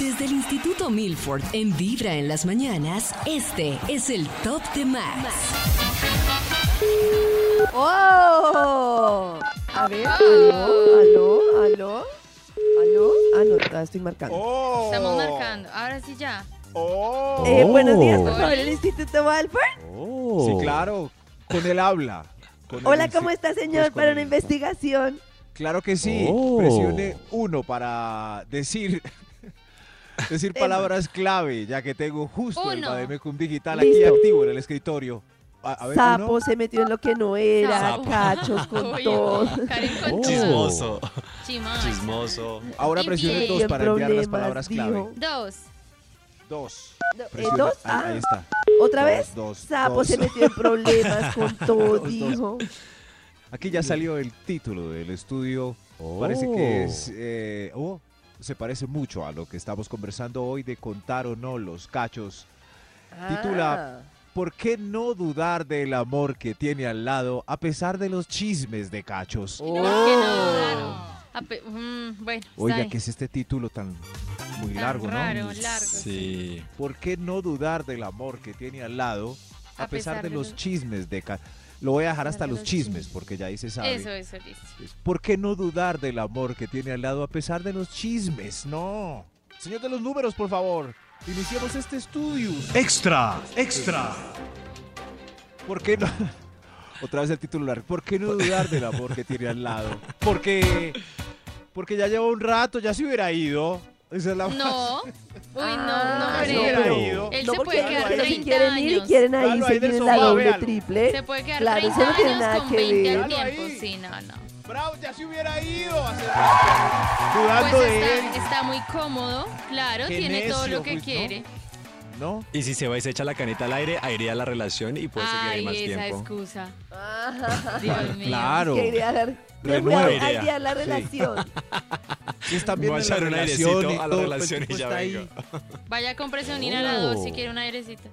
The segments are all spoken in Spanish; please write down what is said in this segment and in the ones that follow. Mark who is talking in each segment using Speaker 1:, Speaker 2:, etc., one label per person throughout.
Speaker 1: Desde el Instituto Milford en Vibra en las mañanas, este es el Top de Max.
Speaker 2: ¡Oh! A ver, aló, aló, aló, aló. Ah, no, todavía estoy marcando.
Speaker 3: ¡Oh!
Speaker 4: Estamos marcando. Ahora sí ya.
Speaker 3: ¡Oh!
Speaker 2: Eh, buenos días, por
Speaker 4: Oh.
Speaker 2: favor, el Instituto Malford.
Speaker 5: Oh.
Speaker 3: Sí, claro. Con el habla. Con el
Speaker 2: Hola,
Speaker 3: insti-
Speaker 2: ¿cómo está,
Speaker 3: pues,
Speaker 2: señor?
Speaker 3: con
Speaker 2: Para
Speaker 3: el-
Speaker 2: una investigación.
Speaker 3: Claro que sí.
Speaker 5: Oh.
Speaker 3: Presione uno para decir... Decir
Speaker 2: Tema.
Speaker 3: palabras clave, ya que tengo justo el
Speaker 4: Uno.
Speaker 3: Bademecum Digital
Speaker 2: Listo.
Speaker 3: aquí activo en el escritorio. A, a ver,
Speaker 2: Sapo
Speaker 3: uno.
Speaker 2: se metió en lo que no era,
Speaker 4: Sapo.
Speaker 2: cachos con
Speaker 4: Uy,
Speaker 2: todo.
Speaker 4: Karen con
Speaker 5: Oh.
Speaker 4: todo.
Speaker 6: Chismoso,
Speaker 4: Chimón.
Speaker 6: chismoso.
Speaker 3: Ahora presione
Speaker 4: Infiel.
Speaker 3: dos para enviar las
Speaker 2: Problemas,
Speaker 3: palabras
Speaker 2: dijo.
Speaker 3: clave.
Speaker 4: Dos.
Speaker 3: Dos.
Speaker 2: No, eh,
Speaker 3: Presione-
Speaker 2: ¿Dos?
Speaker 3: Ahí, ahí
Speaker 2: Ah,
Speaker 3: está.
Speaker 2: ¿Otra
Speaker 3: Dos,
Speaker 2: vez?
Speaker 3: dos,
Speaker 2: Sapo
Speaker 3: dos.
Speaker 2: se metió en problemas con todo,
Speaker 3: Dos, dos.
Speaker 2: dijo.
Speaker 3: Aquí ya salió el título del estudio.
Speaker 5: Oh.
Speaker 3: Parece que es. eh, oh, se parece mucho a lo que estamos conversando hoy de contar o no los cachos.
Speaker 4: Ah.
Speaker 3: Titula- ¿Por qué no dudar del amor que tiene al lado a pesar de los chismes de cachos?
Speaker 2: Oh.
Speaker 4: Y no, que no, claro. Ape- mm, bueno, está
Speaker 3: Oiga,
Speaker 4: bien.
Speaker 3: ¿qué es este título tan muy
Speaker 4: Tan
Speaker 3: largo,
Speaker 4: raro,
Speaker 3: no?
Speaker 4: largo.
Speaker 6: Sí.
Speaker 3: ¿Por qué no dudar del amor que tiene al lado a,
Speaker 4: A
Speaker 3: pesar, de, los
Speaker 4: los-
Speaker 3: chismes de cachos? Lo voy a dejar
Speaker 4: pesar
Speaker 3: hasta
Speaker 4: de
Speaker 3: los
Speaker 4: los
Speaker 3: chismes
Speaker 4: chismes.
Speaker 3: porque ya ahí se sabe.
Speaker 4: Eso, eso, listo.
Speaker 3: Es, Pues, ¿Por qué no dudar del amor que tiene al lado a pesar de los chismes? No. Señor de los números, por favor. Iniciemos este estudio.
Speaker 7: Extra, extra.
Speaker 3: ¿Por qué no? Otra vez el título largo. ¿Por qué no dudar del amor que tiene al lado? Porque. Porque ya lleva un rato, ya se hubiera ido. Esa es la
Speaker 4: No. Uy, no, no
Speaker 2: Ah,
Speaker 3: Se
Speaker 4: creo.
Speaker 3: hubiera
Speaker 5: pero-
Speaker 3: ido.
Speaker 4: Él
Speaker 2: No,
Speaker 4: se
Speaker 2: porque
Speaker 4: puede
Speaker 3: no,
Speaker 4: quedar
Speaker 2: quieren- si
Speaker 4: 30
Speaker 2: quieren ir y
Speaker 4: años.
Speaker 2: quieren ahí,
Speaker 3: Claro, ahí
Speaker 2: se
Speaker 3: en el
Speaker 2: quieren la
Speaker 3: sofá,
Speaker 2: doble,
Speaker 3: véalo.
Speaker 2: triple.
Speaker 4: Se puede quedar
Speaker 2: Claro,
Speaker 4: 30
Speaker 2: eso no tiene
Speaker 4: años
Speaker 2: nada
Speaker 4: con
Speaker 2: que
Speaker 4: 20 al
Speaker 3: ver. Claro,
Speaker 4: tiempo.
Speaker 3: ahí.
Speaker 4: Sí, no, no.
Speaker 3: ¡Bravo! ¡Ya se hubiera ido! hace rato.
Speaker 4: Pues
Speaker 3: Pues Dudando de él.
Speaker 4: está, está muy cómodo, claro,
Speaker 3: Qué
Speaker 4: tiene todo
Speaker 3: necio,
Speaker 4: lo que
Speaker 3: pues, ¿no?
Speaker 4: quiere.
Speaker 3: ¿No?
Speaker 6: Y si se va y se echa la caneta al aire, airea la relación y puede seguir ahí
Speaker 4: Ay,
Speaker 6: más
Speaker 4: esa
Speaker 6: tiempo.
Speaker 4: excusa. Dios mío.
Speaker 3: Claro.
Speaker 2: Que idea dar-
Speaker 6: Renueve.
Speaker 2: voy a
Speaker 6: Idea.
Speaker 2: idear la relación.
Speaker 3: Sí, está
Speaker 6: Voy a
Speaker 3: viendo la
Speaker 6: echar un
Speaker 3: relación
Speaker 6: airecito
Speaker 3: y
Speaker 6: a la
Speaker 3: todo, pero el
Speaker 6: relación y
Speaker 3: tipo
Speaker 6: ya
Speaker 3: está ahí.
Speaker 6: vengo.
Speaker 4: Vaya, compres un inhalador
Speaker 6: Oh.
Speaker 4: si quiere un airecito.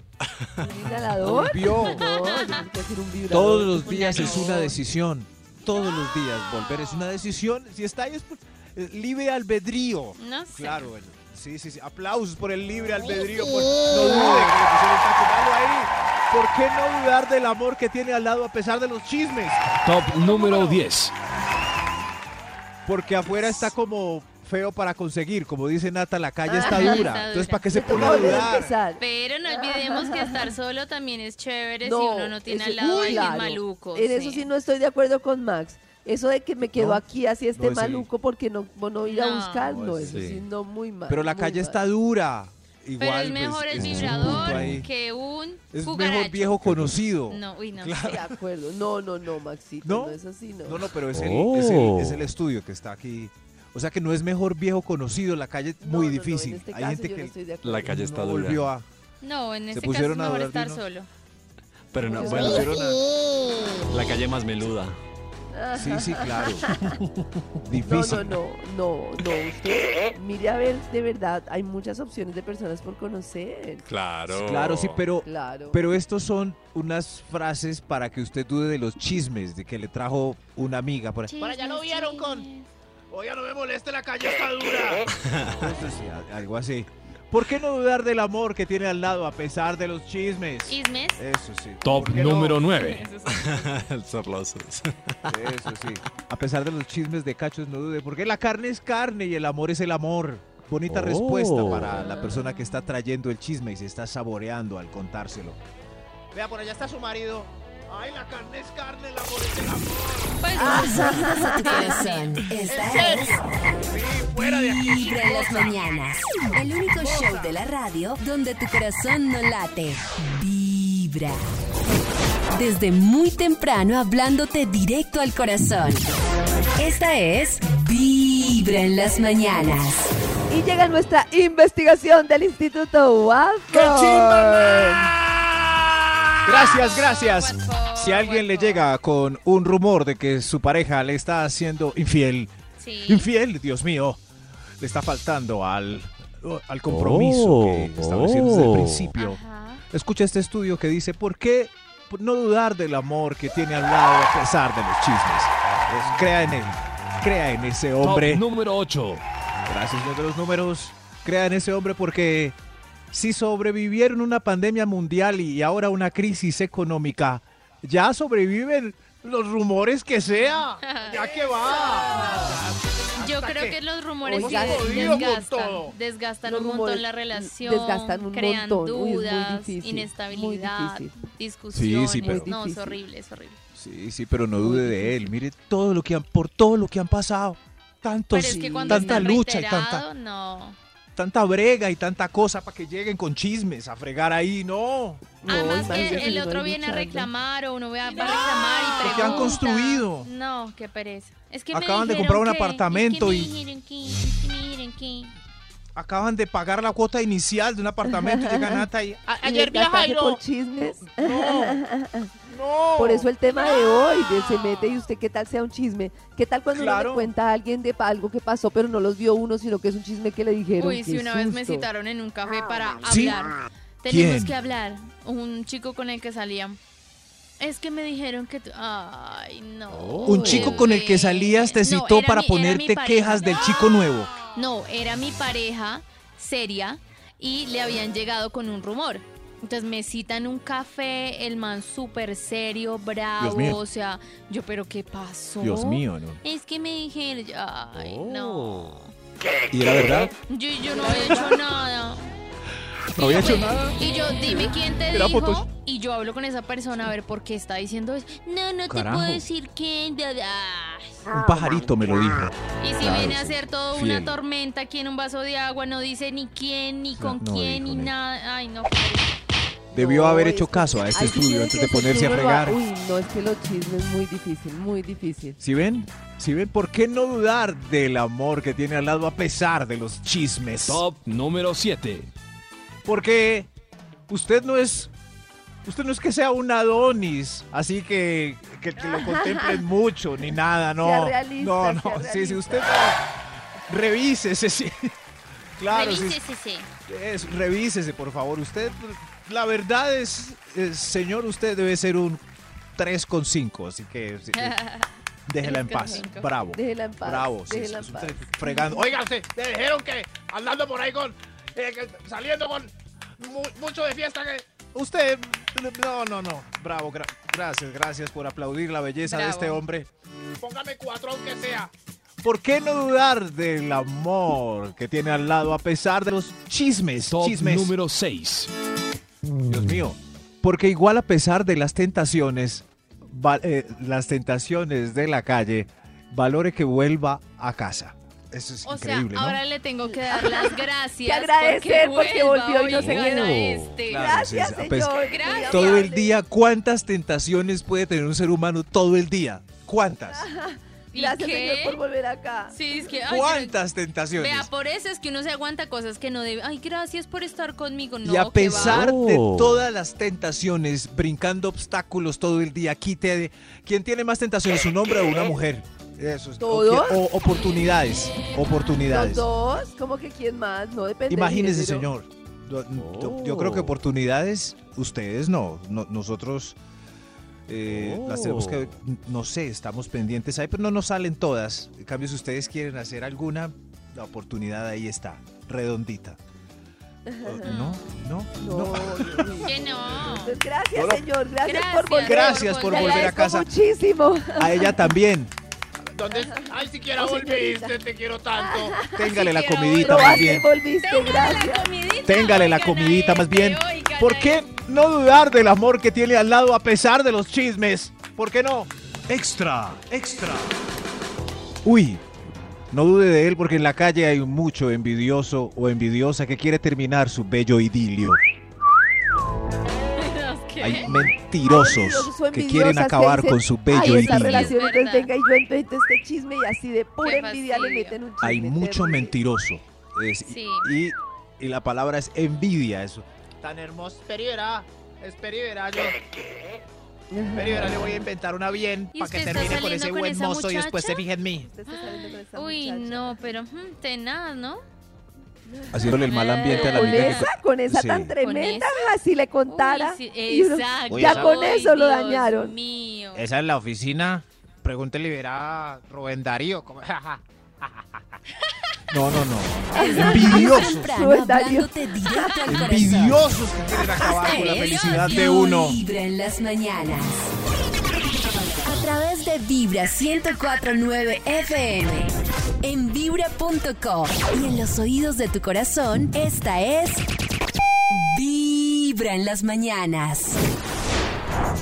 Speaker 2: ¿Un inhalador?
Speaker 3: Volvió.
Speaker 2: No, yo pensé que hacer un vibrador.
Speaker 3: Todos los
Speaker 4: Una
Speaker 3: días es una
Speaker 4: no.
Speaker 3: decisión. Todos los días volver es una decisión. Si está ahí es por- eh, libre albedrío.
Speaker 4: No sé.
Speaker 3: Claro, bueno. Sí, sí, sí. Aplausos por el libre albedrío. por- No dude que le pusieron taco malo ahí. ¿Por qué no dudar del amor que tiene al lado a pesar de los chismes?
Speaker 7: Top número 10.
Speaker 3: Porque afuera está como feo para conseguir. Como dice Nata, la calle está dura.
Speaker 4: Ah, dura.
Speaker 3: Entonces, ¿para qué se
Speaker 2: Me
Speaker 3: pone
Speaker 2: toca
Speaker 3: a
Speaker 2: volver a
Speaker 3: dudar?
Speaker 2: empezar.
Speaker 4: Pero no olvidemos que estar solo también es chévere si
Speaker 2: No,
Speaker 4: uno no tiene
Speaker 2: eso-
Speaker 4: al lado a
Speaker 2: uy,
Speaker 4: alguien
Speaker 2: claro.
Speaker 4: maluco.
Speaker 2: En eso sí no estoy de acuerdo con Max. Eso de que me quedo
Speaker 3: No,
Speaker 2: aquí así este
Speaker 3: no es el-
Speaker 2: maluco porque no, no ir a
Speaker 4: No.
Speaker 2: buscar,
Speaker 3: No,
Speaker 2: no, eso
Speaker 3: sí.
Speaker 2: sí, no muy mal.
Speaker 3: Pero la
Speaker 2: muy
Speaker 3: calle
Speaker 2: mal.
Speaker 3: está dura. Igual,
Speaker 4: Pero es
Speaker 3: pues,
Speaker 4: mejor el
Speaker 3: ese es un punto ahí.
Speaker 4: vibrador que un
Speaker 3: Es mejor
Speaker 4: cucaracho.
Speaker 3: viejo conocido.
Speaker 4: No, uy, no.
Speaker 2: De acuerdo. No, no, no, Maxito,
Speaker 3: ¿No?
Speaker 2: no, es así, no.
Speaker 3: No, no, pero es el,
Speaker 5: Oh.
Speaker 3: es, el, es el estudio que está aquí. O sea que no es mejor viejo conocido, la calle es
Speaker 2: No,
Speaker 3: muy
Speaker 2: no, no,
Speaker 3: difícil.
Speaker 2: en este
Speaker 3: Hay
Speaker 2: caso
Speaker 3: gente
Speaker 2: yo
Speaker 3: que
Speaker 2: no estoy de acuerdo.
Speaker 6: La calle está
Speaker 3: no
Speaker 6: dura.
Speaker 3: volvió a...
Speaker 4: No, en este caso es
Speaker 3: pusieron a
Speaker 4: mejor
Speaker 3: hablar de
Speaker 4: estar
Speaker 3: unos-
Speaker 4: solo.
Speaker 6: Pero no,
Speaker 2: Sí.
Speaker 6: bueno,
Speaker 3: Se pusieron a-
Speaker 6: la calle más meluda.
Speaker 3: Sí, sí, claro.
Speaker 2: No,
Speaker 3: Difícil.
Speaker 2: no, no, no, no. Usted, mire, a ver, de verdad, hay muchas opciones de personas por conocer.
Speaker 6: Claro.
Speaker 3: Claro, sí, pero,
Speaker 2: Claro.
Speaker 3: pero estos son unas frases para que usted dude de los chismes de que le trajo una amiga. Por ahí.
Speaker 4: Para ya lo vieron con.
Speaker 3: Oiga, no me moleste, la calle está dura. algo así. ¿Por qué no dudar del amor que tiene al lado a pesar de los chismes?
Speaker 4: Ismes.
Speaker 3: Eso sí.
Speaker 7: Top
Speaker 3: ¿Por qué no?
Speaker 7: número 9.
Speaker 6: El zorlosos.
Speaker 3: Eso sí. A pesar de los chismes de cachos, no dude, porque la carne es carne y el amor es el amor. Bonita
Speaker 5: Oh.
Speaker 3: respuesta para la persona que está trayendo el chisme y se está saboreando al contárselo. Vea, por allá está su marido. Ay, la carne es carne, el amor es el amor.
Speaker 4: Pues,
Speaker 2: Ah.
Speaker 1: a tu corazón. Esta es. Vibra en las mañanas. El único show de la radio donde tu corazón no late. Vibra. Desde muy temprano hablándote directo al corazón. Esta es Vibra en las mañanas.
Speaker 2: Y llega nuestra investigación del Instituto Watford.
Speaker 3: Gracias, gracias.
Speaker 4: Guapo,
Speaker 3: Si alguien le
Speaker 4: guapo.
Speaker 3: llega con un rumor de que su pareja le está haciendo infiel,
Speaker 4: Sí.
Speaker 3: infiel, Dios mío, le está faltando al, al compromiso que
Speaker 6: Oh,
Speaker 3: establecieron desde el
Speaker 6: oh.
Speaker 3: principio.
Speaker 4: Ajá.
Speaker 3: Escucha este estudio que dice, ¿por qué no dudar del amor que tiene al lado a pesar de los chismes? Pues crea en él, crea en ese hombre.
Speaker 7: Top número 8.
Speaker 3: Gracias, señor de los números. Crea en ese hombre porque si sobrevivieron una pandemia mundial y ahora una crisis económica, ya sobreviven los rumores que sea. Ya que va.
Speaker 4: Yo
Speaker 3: Hasta
Speaker 4: creo que los rumores
Speaker 2: Oigan,
Speaker 4: sí
Speaker 3: jodido con todo.
Speaker 4: desgastan, desgastan
Speaker 2: Los
Speaker 4: un montón
Speaker 2: rumores
Speaker 4: la relación,
Speaker 2: desgastan un
Speaker 4: crean
Speaker 2: montón. Uy, es muy
Speaker 4: dudas,
Speaker 2: difícil, muy
Speaker 4: inestabilidad,
Speaker 2: difícil.
Speaker 4: discusiones.
Speaker 3: pero-
Speaker 4: No, es
Speaker 2: Difícil.
Speaker 4: horrible, es horrible.
Speaker 3: Sí, sí, pero no dude de él. Mire todo lo que han, por todo lo que han pasado. Tanto,
Speaker 4: Pero es que cuando
Speaker 3: tanta
Speaker 4: están
Speaker 3: lucha y
Speaker 4: reiterado,
Speaker 3: tanta,
Speaker 4: no.
Speaker 3: tanta brega y tanta cosa para que lleguen con chismes a fregar ahí, no.
Speaker 2: No,
Speaker 4: Además
Speaker 2: imagínense
Speaker 4: que
Speaker 2: si
Speaker 4: el
Speaker 2: no hay
Speaker 4: otro viene a
Speaker 2: luchando.
Speaker 4: reclamar o uno va va a reclamar y
Speaker 3: Lo
Speaker 4: pregunta.
Speaker 3: que han construido.
Speaker 4: No, qué pereza. Es que
Speaker 3: Acaban de comprar un apartamento y-
Speaker 4: Miren que, es que me dijeron que-
Speaker 3: Acaban de pagar la cuota inicial de un apartamento y llegan hasta y ah,
Speaker 2: Y desgastarse por chismes.
Speaker 3: No.
Speaker 2: Por eso el tema de hoy de se mete y usted qué tal sea un chisme. ¿Qué tal cuando uno
Speaker 3: Claro.
Speaker 2: le cuenta a alguien de pa- algo que pasó pero no los vio uno, sino que es un chisme que le dijeron?
Speaker 4: Uy, si
Speaker 2: ¡Qué
Speaker 4: una vez me
Speaker 2: susto!
Speaker 4: citaron en un café para
Speaker 3: Ah, ¿Sí?
Speaker 4: hablar. Tenemos
Speaker 3: ¿Quién?
Speaker 4: que hablar. Un chico con el que salía. Es que me dijeron que tú... Ay, no.
Speaker 3: Un chico con el que
Speaker 4: bebé.
Speaker 3: salías te
Speaker 4: No,
Speaker 3: citó
Speaker 4: era
Speaker 3: para
Speaker 4: mi- era mi
Speaker 3: ponerte
Speaker 4: pareja.
Speaker 3: quejas del chico nuevo.
Speaker 4: No, era mi pareja seria y le habían llegado con un rumor. Entonces me citan un café, el man súper serio,
Speaker 3: Dios mío.
Speaker 4: bravo, o sea, yo, pero ¿qué pasó?
Speaker 3: ¿no?
Speaker 4: Es que me dijeron, yo, ay, no.
Speaker 3: Y la verdad,
Speaker 4: Yo, yo no había hecho nada.
Speaker 3: no había
Speaker 4: Y
Speaker 3: hecho
Speaker 4: fue-
Speaker 3: nada.
Speaker 4: Y yo, dime quién te
Speaker 3: Era
Speaker 4: dijo.
Speaker 3: Photoshop.
Speaker 4: Y yo hablo con esa persona a ver por qué está diciendo eso. No, no
Speaker 3: Carajo.
Speaker 4: te puedo decir quién. da- da- ay.
Speaker 3: Un pajarito me lo dijo.
Speaker 4: Y si
Speaker 3: Claro,
Speaker 4: viene a ser todo
Speaker 3: fiel.
Speaker 4: una tormenta aquí en un vaso de agua, no dice ni quién, ni
Speaker 3: sea,
Speaker 4: con
Speaker 3: no
Speaker 4: quién,
Speaker 3: dijo
Speaker 4: ni
Speaker 3: ni-
Speaker 4: nada. Ay, no.
Speaker 3: Debió
Speaker 2: No,
Speaker 3: haber
Speaker 2: es
Speaker 3: hecho
Speaker 2: que-
Speaker 3: caso a este
Speaker 2: Ay, sí,
Speaker 3: estudio
Speaker 2: tiene
Speaker 3: antes
Speaker 2: que
Speaker 3: de ponerse a
Speaker 2: uno lo ha-
Speaker 3: fregar.
Speaker 2: Uy, no, es que los chismes muy difícil, muy difícil.
Speaker 3: ¿Sí ven? ¿Sí ven? ¿Por qué no dudar del amor que tiene al lado a pesar de los chismes?
Speaker 7: Top número 7.
Speaker 3: Porque usted no es. Usted no es que sea un Adonis, así que, que, que lo contemplen mucho ni nada, no.
Speaker 2: Sea realista,
Speaker 3: no, no,
Speaker 2: sea
Speaker 3: sí, sí,
Speaker 2: realista.
Speaker 3: usted no. revísese, sí. Claro, sí,
Speaker 4: Revísese, sí.
Speaker 3: es- revísese, por favor. Usted, la verdad es, es, señor, usted debe ser un 3,5, así que sí, eh, déjela en paz.
Speaker 4: 3,5.
Speaker 3: Bravo.
Speaker 2: Déjela en paz.
Speaker 3: Bravo, sí,
Speaker 2: déjela
Speaker 3: es
Speaker 2: en
Speaker 3: un
Speaker 2: paz.
Speaker 3: tre- fregando.
Speaker 5: Oiga, usted, me dijeron que andando por ahí con. eh, que saliendo con. mu- mucho de fiesta que.
Speaker 3: Usted, no, no, no. Bravo, gra- gracias, gracias por aplaudir la belleza de
Speaker 4: Bravo.
Speaker 3: este hombre.
Speaker 5: Póngame cuatro aunque sea.
Speaker 3: ¿Por qué no dudar del amor que tiene al lado a pesar de los chismes?
Speaker 7: Top
Speaker 3: chismes.
Speaker 7: número 6.
Speaker 3: Dios mío. Porque igual a pesar de las tentaciones, va- eh, las tentaciones de la calle, valore que vuelva a casa. Eso es
Speaker 4: O sea,
Speaker 3: increíble, ¿no?
Speaker 4: ahora le tengo que dar las gracias.
Speaker 2: Que agradecer porque
Speaker 4: vuelva
Speaker 2: volvió y no se
Speaker 4: Olivia
Speaker 2: quedó.
Speaker 4: a Este.
Speaker 3: Claro.
Speaker 2: Gracias,
Speaker 3: sí, sí,
Speaker 2: señor.
Speaker 3: pues,
Speaker 2: muy
Speaker 4: Gracias.
Speaker 3: Todo el
Speaker 2: amable.
Speaker 3: día, ¿cuántas tentaciones puede tener un ser humano todo el día? ¿Cuántas?
Speaker 4: ¿Y
Speaker 2: Gracias,
Speaker 4: qué?
Speaker 2: señor, por volver acá.
Speaker 4: Sí, es que. ay,
Speaker 3: ¿Cuántas
Speaker 4: yo-
Speaker 3: tentaciones?
Speaker 4: Vea, por eso es que uno se aguanta cosas que no debe. Ay, gracias por estar conmigo. No,
Speaker 3: y a
Speaker 4: ¿qué va?
Speaker 3: pesar de
Speaker 6: Oh.
Speaker 3: todas las tentaciones, brincando obstáculos todo el día, quite. ¿Quién tiene más tentaciones, un hombre o una mujer? Eso es.
Speaker 2: ¿Todos?
Speaker 3: O, o oportunidades.
Speaker 2: Los
Speaker 3: Oportunidades.
Speaker 2: dos, como que quién más, no depende.
Speaker 3: Imagínese,
Speaker 2: mire, pero-
Speaker 3: señor. Yo, yo- yo creo que
Speaker 6: Oh.
Speaker 3: oportunidades, ustedes no. no- nosotros eh, las tenemos que. No sé, estamos pendientes ahí, pero no nos salen todas. En cambio, si ustedes quieren hacer alguna, la oportunidad ahí está, redondita. No, no,
Speaker 2: No,
Speaker 3: no.
Speaker 2: no, no.
Speaker 4: Que no.
Speaker 2: Pues gracias,
Speaker 3: Hola.
Speaker 2: señor. Gracias,
Speaker 4: Gracias.
Speaker 2: por volver.
Speaker 3: Gracias por
Speaker 2: Le
Speaker 4: volver a
Speaker 2: agradezco
Speaker 3: casa.
Speaker 2: Muchísimo.
Speaker 3: A ella también.
Speaker 5: ¿Dónde? Ay, siquiera
Speaker 2: Oh,
Speaker 5: volviste,
Speaker 2: señorita.
Speaker 5: te quiero tanto.
Speaker 3: Téngale
Speaker 4: Así
Speaker 3: la
Speaker 4: quiero
Speaker 3: comidita más
Speaker 2: Probaste y
Speaker 3: bien.
Speaker 2: volviste.
Speaker 4: Téngale la
Speaker 2: Gracias.
Speaker 4: comidita.
Speaker 3: Téngale la
Speaker 4: oigan a
Speaker 3: comidita más
Speaker 4: este,
Speaker 3: bien.
Speaker 4: oigan
Speaker 3: ¿Por
Speaker 4: a
Speaker 3: qué no dudar del amor que tiene al lado a pesar de los chismes? ¿Por qué no?
Speaker 7: Extra, extra.
Speaker 3: Uy, no dude de él porque en la calle hay mucho envidioso o envidiosa que quiere terminar su bello idilio.
Speaker 4: ¿Qué?
Speaker 3: Hay
Speaker 2: Ay, Dios,
Speaker 3: mentirosos
Speaker 2: son
Speaker 3: que
Speaker 2: envidiosas,
Speaker 3: quieren
Speaker 2: que
Speaker 3: acabar
Speaker 2: dicen,
Speaker 3: con su
Speaker 2: Ay,
Speaker 3: bello
Speaker 2: esa
Speaker 3: idilio.
Speaker 2: relación,
Speaker 4: Es
Speaker 2: entonces
Speaker 4: verdad.
Speaker 2: venga y yo invento este chisme y así de pura
Speaker 4: Qué
Speaker 2: envidia le
Speaker 4: fastidio.
Speaker 2: meten un chisme.
Speaker 3: Hay mucho
Speaker 2: terrible.
Speaker 3: mentiroso Es- y-
Speaker 4: Sí.
Speaker 3: y, y la palabra es envidia. Eso.
Speaker 5: Tan hermosa. Esperi verá. Esperi verá yo. Esperi verá, le voy a inventar una bien
Speaker 4: ¿Y
Speaker 5: para que
Speaker 4: usted está
Speaker 5: termine con
Speaker 4: saliendo
Speaker 5: ese
Speaker 4: con
Speaker 5: buen
Speaker 4: esa
Speaker 5: mozo y después se
Speaker 4: muchacha?
Speaker 5: fije en mí.
Speaker 2: Usted está saliendo con esta
Speaker 4: Uy,
Speaker 2: muchacha.
Speaker 4: no, pero mm, tenaz, ¿no?
Speaker 3: Haciéndole el mal ambiente a la
Speaker 2: Con
Speaker 3: amiga que
Speaker 2: esa, con esa
Speaker 3: Sí.
Speaker 2: tan
Speaker 3: Con
Speaker 2: tremenda,
Speaker 4: esa.
Speaker 2: ajá, si le contara.
Speaker 4: Uy, sí,
Speaker 2: y uno-
Speaker 4: exacto.
Speaker 2: ya con
Speaker 4: Uy,
Speaker 2: eso lo
Speaker 4: Dios
Speaker 2: dañaron.
Speaker 4: mío.
Speaker 5: Esa es la oficina. Pregúntele verá a Rubén Darío. cómo-
Speaker 3: No, no, no.
Speaker 1: Envidiosos.
Speaker 2: Pues, Darío.
Speaker 1: Hablándote directo al corazón.
Speaker 3: Envidiosos que quieren
Speaker 2: Ah,
Speaker 3: acabar con la
Speaker 1: Eres
Speaker 3: felicidad de
Speaker 1: Vibra
Speaker 3: uno.
Speaker 1: en las mañanas. A través de Vibra 104.9 FM. En Vibra.com. Y en los oídos de tu corazón, esta es... Vibra en las mañanas.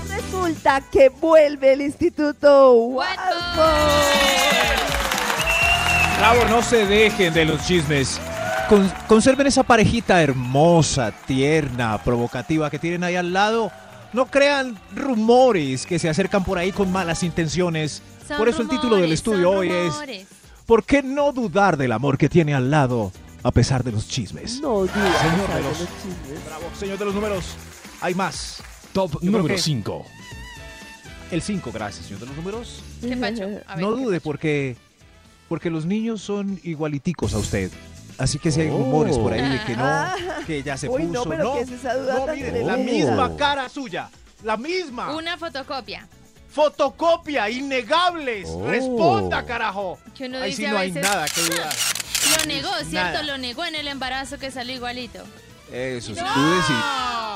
Speaker 2: Resulta que vuelve el Instituto Watford.
Speaker 3: Bravo, no se dejen de los chismes. Con- conserven esa parejita hermosa, tierna, provocativa que tienen ahí al lado. No crean rumores que se acercan por ahí con malas intenciones.
Speaker 4: Son
Speaker 3: por eso el título del
Speaker 4: rumores,
Speaker 3: estudio
Speaker 4: son
Speaker 3: hoy es
Speaker 4: rumores.
Speaker 3: ¿Por qué no dudar del amor que tiene al lado a pesar de los chismes?
Speaker 2: No digas
Speaker 3: Señor
Speaker 2: sabe
Speaker 3: Veloz.
Speaker 2: los chismes.
Speaker 3: Bravo, señor de los números. Hay más.
Speaker 7: Top
Speaker 3: creo
Speaker 7: número
Speaker 3: que-
Speaker 7: 5.
Speaker 3: El 5, gracias, señor de los números.
Speaker 4: ¿Qué pacho? A ver,
Speaker 3: no
Speaker 4: ¿qué
Speaker 3: dude
Speaker 4: pacho?
Speaker 3: porque porque los niños son igualiticos a usted. Así que si hay rumores por ahí de que no, que ya se
Speaker 2: Uy, no,
Speaker 3: puso,
Speaker 2: pero
Speaker 3: no,
Speaker 2: ¿qué es esa duda
Speaker 3: no,
Speaker 2: tan
Speaker 3: mire,
Speaker 2: tremenda?
Speaker 3: la misma cara suya, la misma
Speaker 4: Una fotocopia.
Speaker 3: fotocopia, innegables. Responda, carajo.
Speaker 4: Que uno
Speaker 3: Ahí sí
Speaker 4: dice
Speaker 3: no
Speaker 4: a
Speaker 3: hay
Speaker 4: veces,
Speaker 3: nada que dudar.
Speaker 4: Lo negó, ¿cierto?
Speaker 3: Nada.
Speaker 4: Lo negó en el embarazo que salió igualito.
Speaker 3: Eso, si dude si,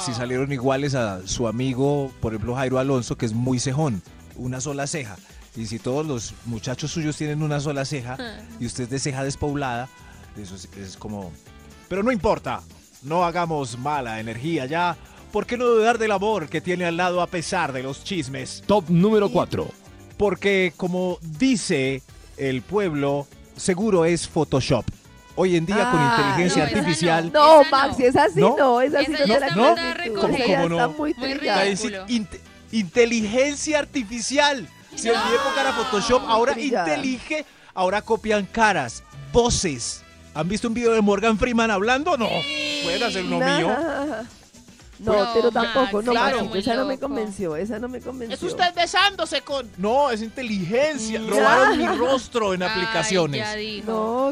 Speaker 3: si salieron iguales a su amigo, por ejemplo, Jairo Alonso, que es muy cejón, una sola ceja. Y si todos los muchachos suyos tienen una sola ceja
Speaker 4: Ah.
Speaker 3: y usted es de ceja despoblada, eso es, es como... Pero no importa, no hagamos mala energía ya. ¿Por qué no dudar del amor que tiene al lado a pesar de los chismes?
Speaker 7: Top número 4.
Speaker 3: Porque como dice el pueblo, seguro es Photoshop. Hoy en día con
Speaker 2: Ah,
Speaker 3: inteligencia
Speaker 4: no, esa no.
Speaker 3: artificial...
Speaker 2: No,
Speaker 4: Esa no.
Speaker 2: Maxi, es así,
Speaker 3: ¿No?
Speaker 2: no, es así.
Speaker 4: Esa
Speaker 2: no
Speaker 4: ya
Speaker 2: te la
Speaker 4: está
Speaker 3: ¿No?
Speaker 2: crees tú,
Speaker 3: ¿Cómo,
Speaker 2: esa ya
Speaker 3: cómo no?
Speaker 2: está muy
Speaker 4: Muy
Speaker 2: trillada.
Speaker 3: Ahí sí,
Speaker 4: Ridículo.
Speaker 3: inte- inteligencia artificial. Si en mi época era Photoshop, ahora
Speaker 2: Brillada.
Speaker 3: intelige, ahora copian caras, voces. ¿Han visto un video de Morgan Freeman hablando? No. Pueden hacer uno
Speaker 2: Nah.
Speaker 3: mío.
Speaker 2: No,
Speaker 4: No,
Speaker 2: pero tampoco, no,
Speaker 4: Pues, Maxi,
Speaker 2: Maxito,
Speaker 4: muy
Speaker 2: esa no me
Speaker 4: loco.
Speaker 2: convenció, esa no me convenció.
Speaker 5: Es usted besándose con.
Speaker 3: No, es inteligencia.
Speaker 2: Nah.
Speaker 3: Robaron mi rostro en
Speaker 4: Ay,
Speaker 3: aplicaciones.
Speaker 4: ya dijo.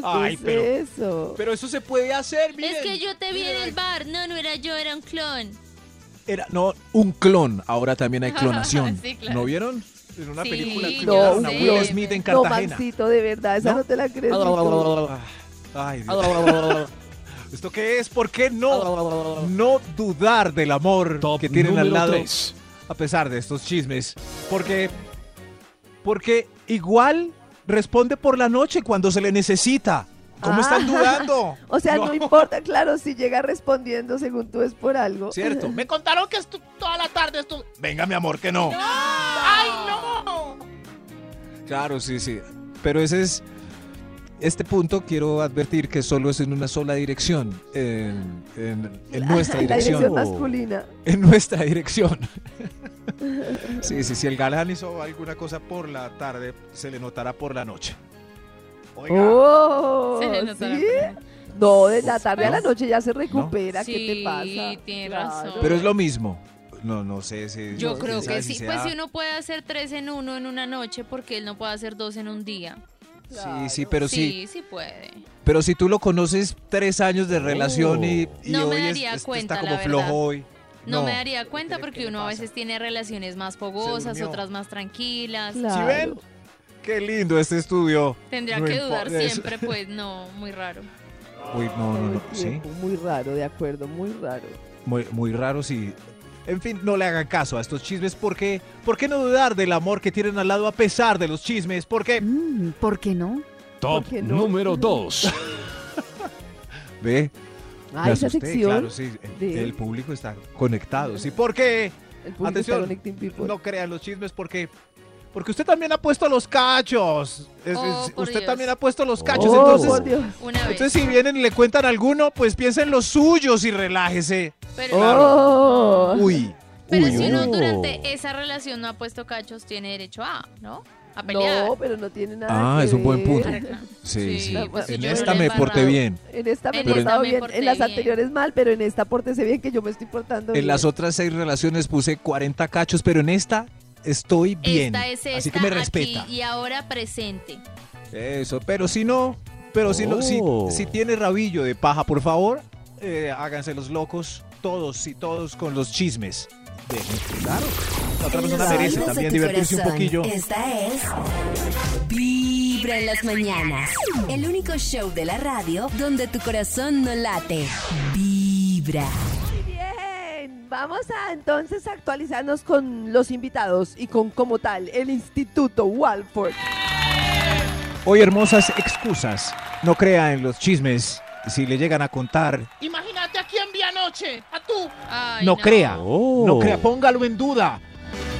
Speaker 2: No, ¿qué
Speaker 3: Ay,
Speaker 2: es
Speaker 3: pero-
Speaker 2: eso?
Speaker 3: Pero eso se puede hacer, miren.
Speaker 4: es que yo te vi en el bar. No, no era yo, era un clon.
Speaker 3: Era, no, un clon. Ahora también hay clonación.
Speaker 4: Sí, claro.
Speaker 3: ¿No vieron? En una
Speaker 4: Sí,
Speaker 3: película
Speaker 4: ya
Speaker 3: clonaron a
Speaker 2: sé.
Speaker 3: Will Smith en
Speaker 2: no,
Speaker 3: Cartagena.
Speaker 2: Maxito, de verdad, esa no,
Speaker 3: ¿No?
Speaker 2: te la crees. ni tú.
Speaker 3: Ah, Ay, Dios. ¿Esto qué es? ¿Por qué no? No dudar del amor
Speaker 7: Top
Speaker 3: que tienen al
Speaker 7: número
Speaker 3: lado
Speaker 7: 3.
Speaker 3: a pesar de estos chismes. Porque, porque igual responde por la noche cuando se le necesita. ¿Cómo
Speaker 2: Ah.
Speaker 3: están dudando?
Speaker 2: O sea, no. importa, claro, si llega respondiendo según tú es por algo.
Speaker 3: Cierto.
Speaker 5: Me contaron que estu- toda la tarde estuve.
Speaker 3: Venga, mi amor, que no.
Speaker 5: ¡Ay, no!
Speaker 3: Claro, sí, sí. Pero ese es. Este punto quiero advertir que solo es en una sola dirección. En, en- en nuestra
Speaker 2: La dirección
Speaker 3: dirección.
Speaker 2: masculina.
Speaker 3: en nuestra dirección. sí, sí, si el galán hizo alguna cosa por la tarde, se le notará por la noche.
Speaker 2: Oh,
Speaker 4: Se le nota la
Speaker 2: ¿sí?
Speaker 4: pena.
Speaker 2: No, de la tarde a la
Speaker 3: No.
Speaker 2: noche ya se recupera, ¿qué te
Speaker 4: Sí,
Speaker 2: pasa?
Speaker 4: tiene razón.
Speaker 3: Pero es lo mismo. No, no sé si...
Speaker 4: Yo
Speaker 3: no,
Speaker 4: creo
Speaker 3: quién sabe
Speaker 4: que sí.
Speaker 3: sea-
Speaker 4: Pues si uno puede hacer tres en uno en una noche, porque él no puede hacer dos en un día.
Speaker 3: Sí, sí, pero sí.
Speaker 4: sí, sí puede.
Speaker 3: Pero si tú lo conoces tres años de relación y, y
Speaker 4: Oh. No me
Speaker 3: hoy es-
Speaker 4: daría
Speaker 3: es-
Speaker 4: cuenta,
Speaker 3: está
Speaker 4: la
Speaker 3: como
Speaker 4: verdad.
Speaker 3: flojo hoy.
Speaker 4: No, me daría cuenta
Speaker 3: ¿qué
Speaker 4: porque
Speaker 3: le
Speaker 4: uno a
Speaker 3: pasa?
Speaker 4: veces tiene relaciones más fogosas,
Speaker 3: durmió.
Speaker 4: otras más tranquilas.
Speaker 2: Claro.
Speaker 3: ¿Sí ven? Qué lindo este estudio.
Speaker 4: Tendría
Speaker 3: No
Speaker 4: que
Speaker 3: impo-
Speaker 4: dudar
Speaker 3: es-
Speaker 4: siempre, pues no, muy raro.
Speaker 3: Uy, no, no,
Speaker 2: Todo el
Speaker 3: no. Sí.
Speaker 2: tiempo, Muy raro, de acuerdo, muy raro.
Speaker 3: Muy, muy raros y... En fin, no le hagan caso a estos chismes porque... ¿Por qué no dudar del amor que tienen al lado a pesar de los chismes? Porque...
Speaker 8: ¿Por qué no?
Speaker 7: Top
Speaker 2: ¿Por qué no?
Speaker 7: número 2.
Speaker 3: Ve,
Speaker 2: Ah,
Speaker 3: me
Speaker 2: esa
Speaker 3: asusté,
Speaker 2: sección.
Speaker 3: Claro, sí, el,
Speaker 2: de-
Speaker 3: el público está conectado. Sí, porque
Speaker 2: El público
Speaker 3: Atención,
Speaker 2: está connecting people. Oh,
Speaker 3: no crean los chismes porque porque usted también ha puesto los cachos. Es-
Speaker 4: Oh,
Speaker 3: es-
Speaker 4: por
Speaker 3: usted
Speaker 4: Dios.
Speaker 3: también ha puesto los cachos.
Speaker 2: oh,
Speaker 3: entonces,
Speaker 2: por Dios.
Speaker 4: Una vez.
Speaker 3: entonces si vienen y le cuentan alguno, pues piensen los suyos y relájese.
Speaker 4: pero
Speaker 2: Oh.
Speaker 3: Uy.
Speaker 4: pero
Speaker 3: uy,
Speaker 4: si
Speaker 3: uy.
Speaker 4: uno durante esa relación no ha puesto cachos, tiene derecho a, ¿no? a pelear.
Speaker 2: No, pero no tiene nada
Speaker 3: Ah,
Speaker 2: que
Speaker 3: es un buen
Speaker 2: ver.
Speaker 3: punto.
Speaker 4: Arregla.
Speaker 3: Sí,
Speaker 4: Sí,
Speaker 3: sí.
Speaker 2: pues sí,
Speaker 3: en
Speaker 2: yo
Speaker 3: esta
Speaker 2: no
Speaker 3: me
Speaker 2: le he
Speaker 3: porté
Speaker 4: embarrado.
Speaker 3: bien.
Speaker 2: En esta me he
Speaker 4: En
Speaker 3: esta
Speaker 2: portado
Speaker 4: me
Speaker 2: bien,
Speaker 4: porté
Speaker 2: en las
Speaker 4: bien.
Speaker 2: anteriores mal, pero en esta portese bien que yo me estoy portando bien.
Speaker 3: En las otras seis relaciones puse 40 cachos, pero en esta estoy bien.
Speaker 4: Esta es esta,
Speaker 3: así que me
Speaker 4: aquí
Speaker 3: respeta.
Speaker 4: y ahora presente.
Speaker 3: Eso, pero si no, pero si no, si,
Speaker 6: Oh.
Speaker 3: si tiene rabillo de paja, por favor, eh, háganse los locos todos y todos con los chismes. Dejen- claro, la otra persona merece también divertirse un poquillo.
Speaker 1: Esta es Vibra en las mañanas. El único show de la radio donde tu corazón no late. Vibra.
Speaker 2: Muy bien. Vamos a entonces actualizarnos con los invitados y con como tal el Instituto Walford.
Speaker 3: Hoy hermosas excusas. No crea en los chismes. Si le llegan a contar,
Speaker 5: Imagínate a quién vi anoche. A tú.
Speaker 4: Ay,
Speaker 3: no, crea.
Speaker 6: Oh.
Speaker 3: No crea, póngalo en duda.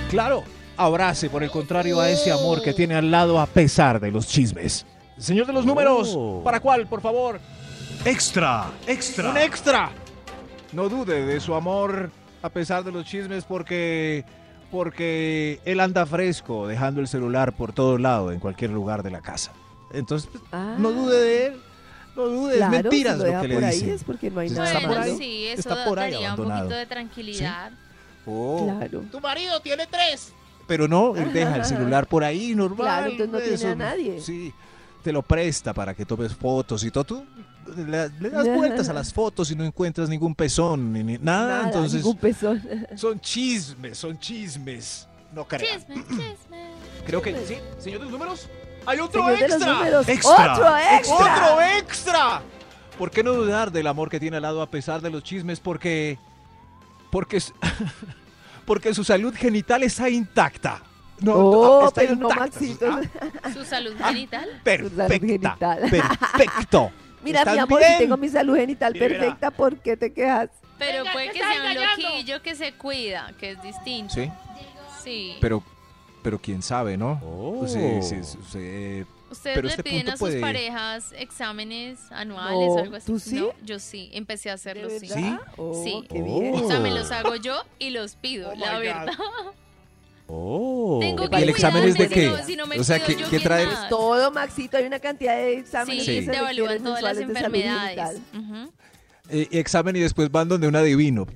Speaker 3: Claro, abrace por el contrario a ese amor que tiene al lado a pesar de los chismes. Señor de los números,
Speaker 6: Oh.
Speaker 3: ¿para cuál, por favor?
Speaker 7: Extra, extra.
Speaker 3: ¡Un extra! No dude de su amor a pesar de los chismes porque porque él anda fresco dejando el celular por todo lado en cualquier lugar de la casa. Entonces, pues,
Speaker 2: Ah.
Speaker 3: no dude de él. No dude,
Speaker 2: Claro,
Speaker 3: es mentiras
Speaker 2: si lo
Speaker 3: lo,
Speaker 2: deja
Speaker 3: que le
Speaker 2: por
Speaker 3: dicen.
Speaker 2: ahí es porque no hay
Speaker 3: Está
Speaker 2: nada
Speaker 3: por
Speaker 4: Bueno,
Speaker 2: malo.
Speaker 3: ahí.
Speaker 4: sí, eso
Speaker 3: Está por ahí
Speaker 4: daría un
Speaker 3: abandonado.
Speaker 4: poquito de tranquilidad.
Speaker 3: Oh,
Speaker 2: Claro.
Speaker 5: Tu marido tiene tres.
Speaker 3: Pero no, él deja el celular por ahí normal.
Speaker 2: Claro, entonces no tiene a nadie.
Speaker 3: Sí, te lo presta para que tomes fotos y todo. Tú le, le das vueltas a las fotos y no encuentras ningún pezón ni, ni- nada,
Speaker 2: Nada,
Speaker 3: Ah, Entonces,
Speaker 2: ningún pezón.
Speaker 3: son chismes, son chismes. No crean.
Speaker 4: Chisme, chisme.
Speaker 3: Creo que sí, señor de los números. Hay otro
Speaker 2: Señor de los
Speaker 3: extra.
Speaker 2: números.
Speaker 7: Extra.
Speaker 2: Otro extra.
Speaker 3: ¡Otro extra! ¿Por qué no dudar del amor que tiene al lado a pesar de los chismes? Porque. Porque. s- Porque su salud genital está intacta. No,
Speaker 2: Oh,
Speaker 3: no, está
Speaker 2: pero no,
Speaker 3: intacta.
Speaker 2: Maxito.
Speaker 3: Ah,
Speaker 4: Su salud genital.
Speaker 3: perfecta.
Speaker 2: genital.
Speaker 3: Perfecto.
Speaker 2: Mira, mi
Speaker 3: ¿Estás
Speaker 2: amor,
Speaker 3: bien?
Speaker 2: si tengo mi salud genital
Speaker 3: Mira, mira.
Speaker 2: perfecta, ¿por qué te quejas?
Speaker 4: Pero
Speaker 5: Venga,
Speaker 4: puede
Speaker 5: que
Speaker 4: que
Speaker 5: está
Speaker 4: sea un
Speaker 5: engañando.
Speaker 4: loquillo que se cuida, que es distinto.
Speaker 3: Sí,
Speaker 4: Sí.
Speaker 3: pero. Pero quién sabe, ¿no?
Speaker 6: Oh.
Speaker 3: Sí, sí, sí, sí.
Speaker 4: ¿Ustedes
Speaker 3: pero
Speaker 4: le
Speaker 3: este
Speaker 4: piden
Speaker 3: punto
Speaker 4: a sus
Speaker 3: puede-
Speaker 4: parejas exámenes anuales o
Speaker 2: No,
Speaker 4: algo así?
Speaker 2: ¿tú sí?
Speaker 4: No, yo sí, empecé a hacerlo,
Speaker 2: ¿De
Speaker 4: sí.
Speaker 2: verdad?
Speaker 3: ¿Sí?
Speaker 2: Oh,
Speaker 4: Sí.
Speaker 2: qué
Speaker 6: Oh.
Speaker 4: O
Speaker 2: bien.
Speaker 4: sea, me los hago yo y los pido,
Speaker 5: Oh
Speaker 4: la
Speaker 5: my God.
Speaker 4: verdad.
Speaker 6: Oh.
Speaker 4: Tengo que
Speaker 3: ¿Y el examen es de
Speaker 4: cuidarme,
Speaker 3: qué?
Speaker 4: si no- si no me
Speaker 3: o sea,
Speaker 4: cuido
Speaker 3: ¿qué,
Speaker 4: yo,
Speaker 3: qué
Speaker 4: ¿quién
Speaker 3: trae?
Speaker 4: más?
Speaker 2: Todo, Maxito, hay una cantidad de exámenes
Speaker 4: Sí,
Speaker 2: que se
Speaker 4: te evalúan
Speaker 2: requieren
Speaker 4: todas las
Speaker 2: mensuales de salud
Speaker 4: enfermedades.
Speaker 2: genital.
Speaker 4: Ujú.
Speaker 3: Eh, examen y después van donde un adivino.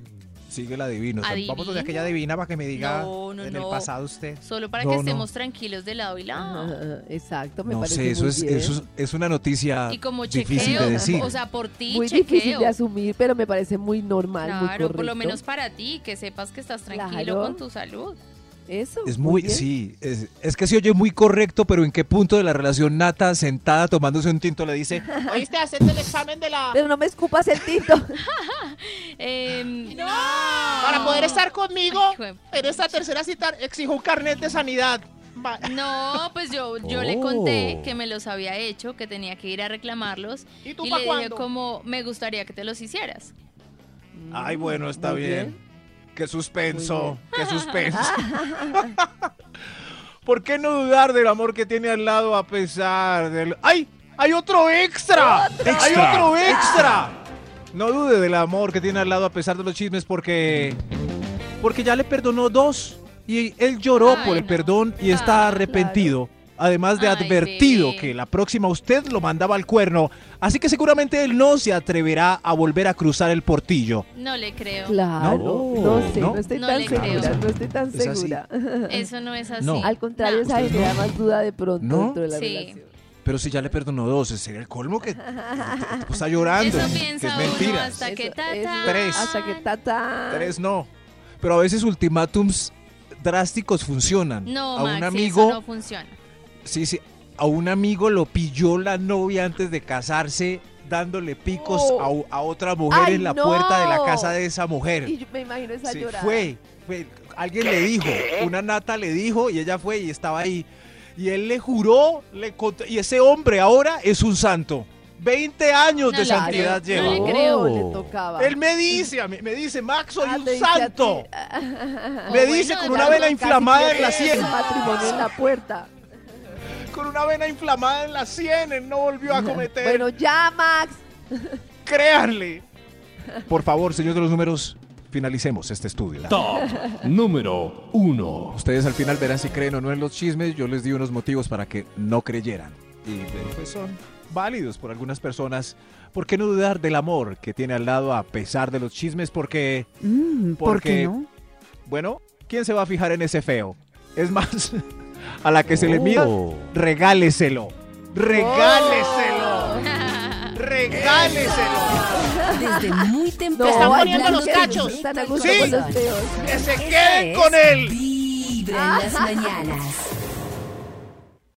Speaker 3: Sigue el adivino. O sea,
Speaker 4: ¿Adivino?
Speaker 3: Vamos donde aquella adivina para que me diga
Speaker 4: No, no,
Speaker 3: en el
Speaker 4: no.
Speaker 3: pasado usted.
Speaker 4: Solo para
Speaker 3: No,
Speaker 4: que
Speaker 3: no.
Speaker 4: estemos tranquilos de lado y lado.
Speaker 2: Ajá, exacto, me
Speaker 3: no
Speaker 2: parece
Speaker 3: sé, eso
Speaker 2: muy
Speaker 3: es,
Speaker 2: bien.
Speaker 3: eso es, es una noticia
Speaker 4: Y como
Speaker 3: difícil
Speaker 4: chequeo,
Speaker 3: de decir.
Speaker 4: o sea, por ti,
Speaker 2: muy
Speaker 4: chequeo.
Speaker 2: difícil de asumir, pero me parece muy normal, muy
Speaker 4: Claro,
Speaker 2: correcto.
Speaker 4: por lo menos para ti, que sepas que estás tranquilo
Speaker 2: Claro.
Speaker 4: con tu salud.
Speaker 2: Eso.
Speaker 3: es muy,
Speaker 2: bien.
Speaker 3: sí, es, es que se oye muy correcto, pero ¿en qué punto de la relación Nata sentada tomándose un tinto le dice?
Speaker 5: Oíste, hacerte el examen de la.
Speaker 2: Pero no me escupas el tinto.
Speaker 4: Em,
Speaker 5: Para poder estar conmigo
Speaker 4: Ay, hijo de-
Speaker 5: en esta tercera cita, exijo un carnet de sanidad. Va-
Speaker 4: No, pues yo, yo le
Speaker 6: Oh.
Speaker 4: conté que me los había hecho, que tenía que ir a reclamarlos.
Speaker 5: ¿Y tú
Speaker 4: Y
Speaker 5: pa'
Speaker 4: le dije
Speaker 5: cuándo?
Speaker 4: como, me gustaría que te los hicieras.
Speaker 3: Ay, bueno, está
Speaker 2: Muy
Speaker 3: bien. Qué suspenso, qué suspenso. ¿Por qué no dudar del amor que tiene al lado a pesar del... ¡Ay! ¡Hay otro extra! ¡Hay
Speaker 7: Extra.
Speaker 3: otro extra! No dude del amor que tiene al lado a pesar de los chismes porque... Porque ya le perdonó dos y él lloró
Speaker 4: Ay,
Speaker 3: por el
Speaker 4: no.
Speaker 3: perdón y está
Speaker 4: Ah,
Speaker 3: arrepentido. Además de
Speaker 4: Ay,
Speaker 3: advertido
Speaker 4: bebé.
Speaker 3: que la próxima usted lo mandaba al cuerno, así que seguramente él no se atreverá a volver a cruzar el portillo.
Speaker 4: No le creo.
Speaker 2: Claro, no,
Speaker 6: No,
Speaker 2: sé, no,
Speaker 3: no.
Speaker 2: estoy
Speaker 4: No
Speaker 2: tan
Speaker 4: le
Speaker 2: segura,
Speaker 4: creo.
Speaker 2: no estoy tan
Speaker 3: Es así.
Speaker 2: segura.
Speaker 4: Eso no es así.
Speaker 3: No.
Speaker 2: Al contrario,
Speaker 4: No.
Speaker 2: esa genera más duda de pronto
Speaker 3: ¿No?
Speaker 2: dentro de la
Speaker 4: Sí.
Speaker 2: relación.
Speaker 3: Pero si ya le perdonó dos, ese sería el colmo que pues, está llorando.
Speaker 4: Eso
Speaker 3: que es
Speaker 4: piensa uno
Speaker 3: mentira.
Speaker 4: hasta que
Speaker 2: Eso
Speaker 4: tata.
Speaker 2: es lo-
Speaker 3: Tres.
Speaker 2: Hasta que tata.
Speaker 3: Tres no. Pero a veces ultimátums drásticos funcionan.
Speaker 4: No,
Speaker 3: a un
Speaker 4: Maxi,
Speaker 3: amigo,
Speaker 4: eso no funciona.
Speaker 3: sí, sí, a un amigo lo pilló la novia antes de casarse dándole picos
Speaker 4: Oh.
Speaker 3: a u- a, otra mujer
Speaker 2: ¡Ay,
Speaker 3: en la
Speaker 2: no!
Speaker 3: puerta de la casa de esa mujer.
Speaker 2: Y yo me imagino esa
Speaker 3: Sí,
Speaker 2: llorada.
Speaker 3: fue, fue. Alguien le dijo, una nata le dijo y ella fue y estaba ahí. Y él le juró, le cont- y ese hombre ahora es un santo. 20 años
Speaker 4: No
Speaker 3: de
Speaker 4: la
Speaker 3: santidad
Speaker 4: creo,
Speaker 3: lleva.
Speaker 4: no le creo.
Speaker 2: le tocaba.
Speaker 3: Él me dice a mí, me dice, Max, soy
Speaker 2: Ah,
Speaker 3: un
Speaker 2: te dice a ti.
Speaker 3: santo.
Speaker 4: O
Speaker 3: Me
Speaker 4: bueno,
Speaker 3: dice con
Speaker 4: de
Speaker 3: una
Speaker 4: algo
Speaker 3: vela
Speaker 4: casi
Speaker 3: inflamada en la
Speaker 4: que-
Speaker 3: sien.
Speaker 2: El matrimonio en la puerta.
Speaker 3: Con una vena inflamada en la sien, él no volvió a cometer.
Speaker 2: Bueno, ya, Max.
Speaker 3: créanle. Por favor, señor de los números, finalicemos este estudio.
Speaker 7: Top número 1.
Speaker 3: Ustedes al final verán si creen o no en los chismes. Yo les di unos motivos para que no creyeran. Y bueno, pues son válidos por algunas personas. ¿Por qué no dudar del amor que tiene al lado a pesar de los chismes? Porque,
Speaker 8: Mm, ¿Por
Speaker 3: Porque-
Speaker 8: qué no?
Speaker 3: bueno, ¿quién se va a fijar en ese feo? Es más, a la que se le mida,
Speaker 6: Oh.
Speaker 3: regáleselo.
Speaker 2: Oh.
Speaker 3: Regáleselo. Regáleselo.
Speaker 1: Desde muy temprano.
Speaker 5: están
Speaker 2: ay,
Speaker 5: poniendo
Speaker 2: claro
Speaker 5: los
Speaker 2: que
Speaker 5: cachos.
Speaker 2: Están a gusto
Speaker 5: Sí.
Speaker 2: con los feos.
Speaker 5: ¡Que se
Speaker 1: Esa
Speaker 5: queden
Speaker 1: es
Speaker 5: con él!
Speaker 1: Vibra en las mañanas.